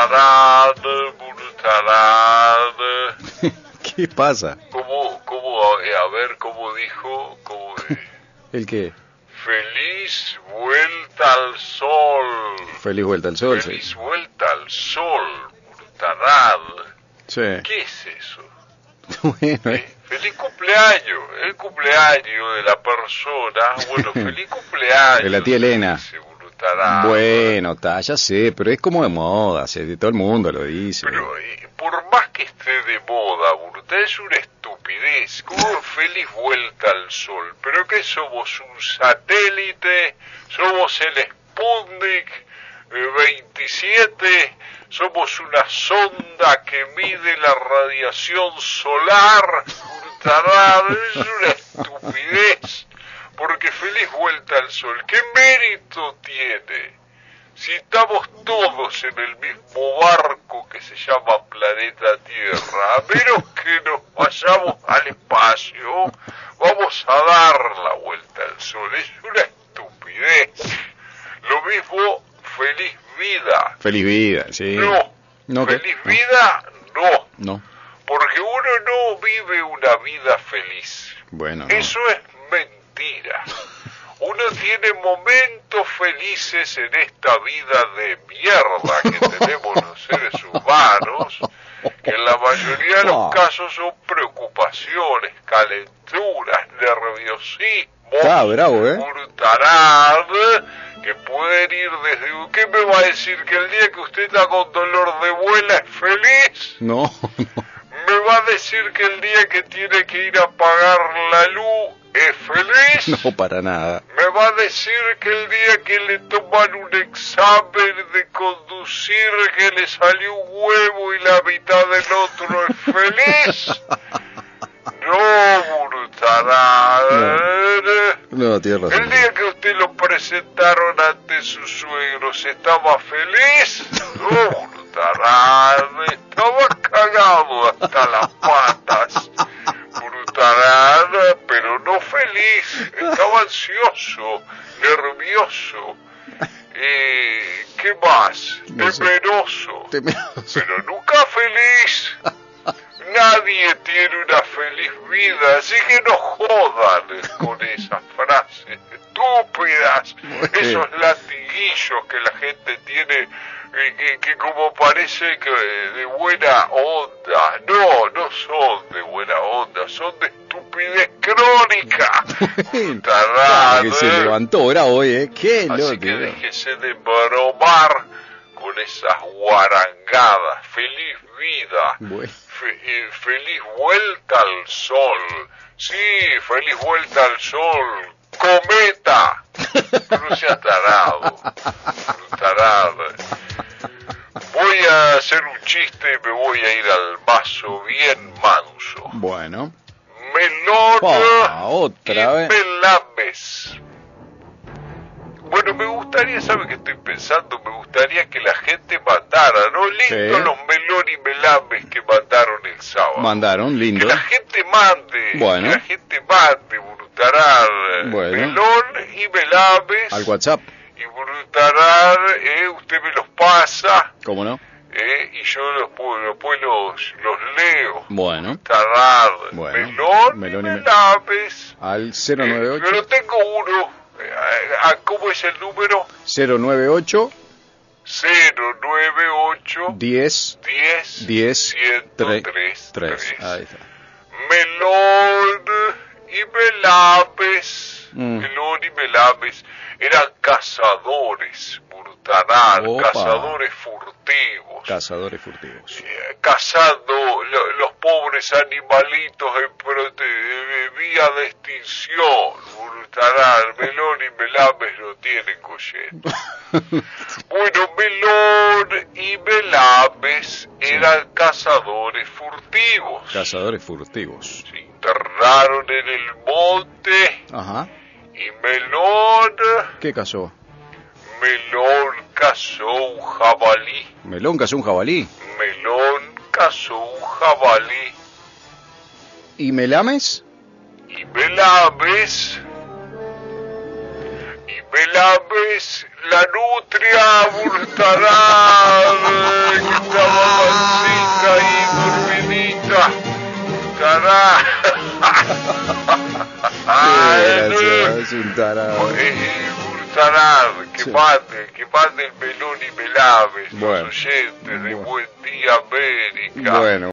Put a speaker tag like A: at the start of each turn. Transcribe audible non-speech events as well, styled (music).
A: Burutarad, Burutarad.
B: (laughs) ¿Qué pasa?
A: ¿Cómo, cómo, eh, a, a ver, cómo dijo? Cómo,
B: (laughs)
A: eh,
B: ¿El qué?
A: feliz vuelta al sol.
B: Feliz vuelta al sol. Sí.
A: Feliz vuelta al sol, Burutarad.
B: Sí.
A: ¿Qué es eso?
B: (laughs) Bueno, eh.
A: Feliz cumpleaños, el cumpleaños de la persona. Bueno,
B: (laughs)
A: feliz cumpleaños.
B: De la tía Elena.
A: se brutará.
B: Bueno, está, ya sé, pero es como de moda, se- todo el mundo lo dice.
A: Pero eh, por más que esté de moda, bruta, es una estupidez. Como feliz vuelta al sol. Pero que somos un satélite, somos el Sputnik eh, 27, somos una sonda que mide la radiación solar. Brutará, es una estupidez. Porque feliz vuelta al sol. ¿Qué mérito tiene? Si estamos todos en el mismo barco que se llama planeta Tierra, a menos que nos vayamos al espacio, vamos a dar la vuelta al sol. Es una estupidez. Lo mismo, feliz vida.
B: Feliz vida, sí.
A: No.
B: No, ¿qué?
A: Feliz vida, no.
B: No.
A: Porque uno no vive una vida feliz.
B: Bueno, no.
A: Eso es mentira. Uno tiene momentos felices en esta vida de mierda
B: (laughs)
A: que tenemos los seres humanos, que en la mayoría de los casos son preocupaciones, calenturas, nerviosismo,
B: Está bravo, ¿eh?
A: brutalidad, que pueden ir desde... un- ¿Qué me va a decir? ¿Que el día que usted está con dolor de vuela es feliz?
B: (laughs) No, no.
A: ¿Me va a decir que el día que tiene que ir a pagar la luz es feliz?
B: (laughs) No, para nada.
A: ¿Me va a decir que el día que le toman un examen de conducir que le salió un huevo y la mitad del otro es
B: (laughs)
A: feliz? No, brutalada.
B: No, tienes razón.
A: El día que usted lo presentaron ante sus suegros, ¿estaba
B: (laughs)
A: feliz? No, Brutarán, estaba cagado hasta las patas. Brutarán, pero no feliz, estaba ansioso, nervioso. Eh, ¿Qué más?
B: No sé.
A: Temeroso. (laughs)
B: Te me-
A: Pero nunca feliz. Nadie tiene una feliz vida, así que no jodan con esas frases estúpidas, esos latiguillos que la gente tiene, eh, que, que como parece que eh, de buena onda. No, no son de buena onda, son de estupidez crónica.
B: Bueno,
A: Tarado,
B: Ah, que se
A: eh.
B: levantó bravo, ¿eh? Qué
A: Así
B: loco.
A: que déjese de bromar con esas guarangadas. Feliz vida.
B: Bueno. (laughs)
A: Fe- eh, feliz vuelta al sol. Sí, feliz vuelta al sol. Cometa. No sea tarado. Tarado. Voy a hacer un chiste y me voy a ir al vaso bien manso.
B: Bueno.
A: Melón
B: Pa,
A: y
B: otra vez.
A: me lames. Bueno, me gustaría, ¿sabe qué estoy pensando? Me gustaría que la gente matara, ¿no? Lindo
B: Sí.
A: los melón y melames que mataron el sábado.
B: Mandaron,
A: que
B: lindo.
A: (laughs) la gente mande,
B: Bueno.
A: que la gente mande, brutará
B: Bueno.
A: melón y melames
B: Al WhatsApp,
A: y brutará, eh, usted me los pasa
B: ¿cómo no?
A: eh, y yo los, pu- después los, los leo.
B: Bueno.
A: Tarar,
B: Bueno,
A: melón,
B: melón
A: y
B: y me-
A: melames.
B: Al
A: Eh, pero
B: 098.
A: tengo uno. Eh, a- a- ¿Cómo es el número?
B: 098
A: 098
B: 10
A: 10
B: 10 3
A: 103
B: 3. Ahí está.
A: Melón y Melabes.
B: Mm.
A: Melón y Melabes eran cazadores, Burtanar,
B: Opa.
A: cazadores furtivos.
B: Cazadores furtivos.
A: eh, cazando lo- los pobres animalitos en prote- eh, vía de extinción. Brutarán, Melón y Melames no tienen colleta. Bueno, Melón y Melames eran cazadores furtivos.
B: (laughs) Cazadores furtivos.
A: Se internaron en el monte
B: Ajá.
A: y Melón,
B: ¿Qué cazó?
A: Melón cazó un jabalí.
B: Melón cazó un jabalí.
A: Melón cazó un jabalí.
B: ¿Y Melames?
A: y Belabes y Belabes la nutria burtará
B: (laughs) Ah,
A: Ay, no.
B: es un tarado.
A: Eh, Hurtarar, que
B: Sí.
A: mande, que mande el melón y melames,
B: Bueno.
A: los oyentes de
B: Bueno.
A: Buen Día América.
B: Bueno.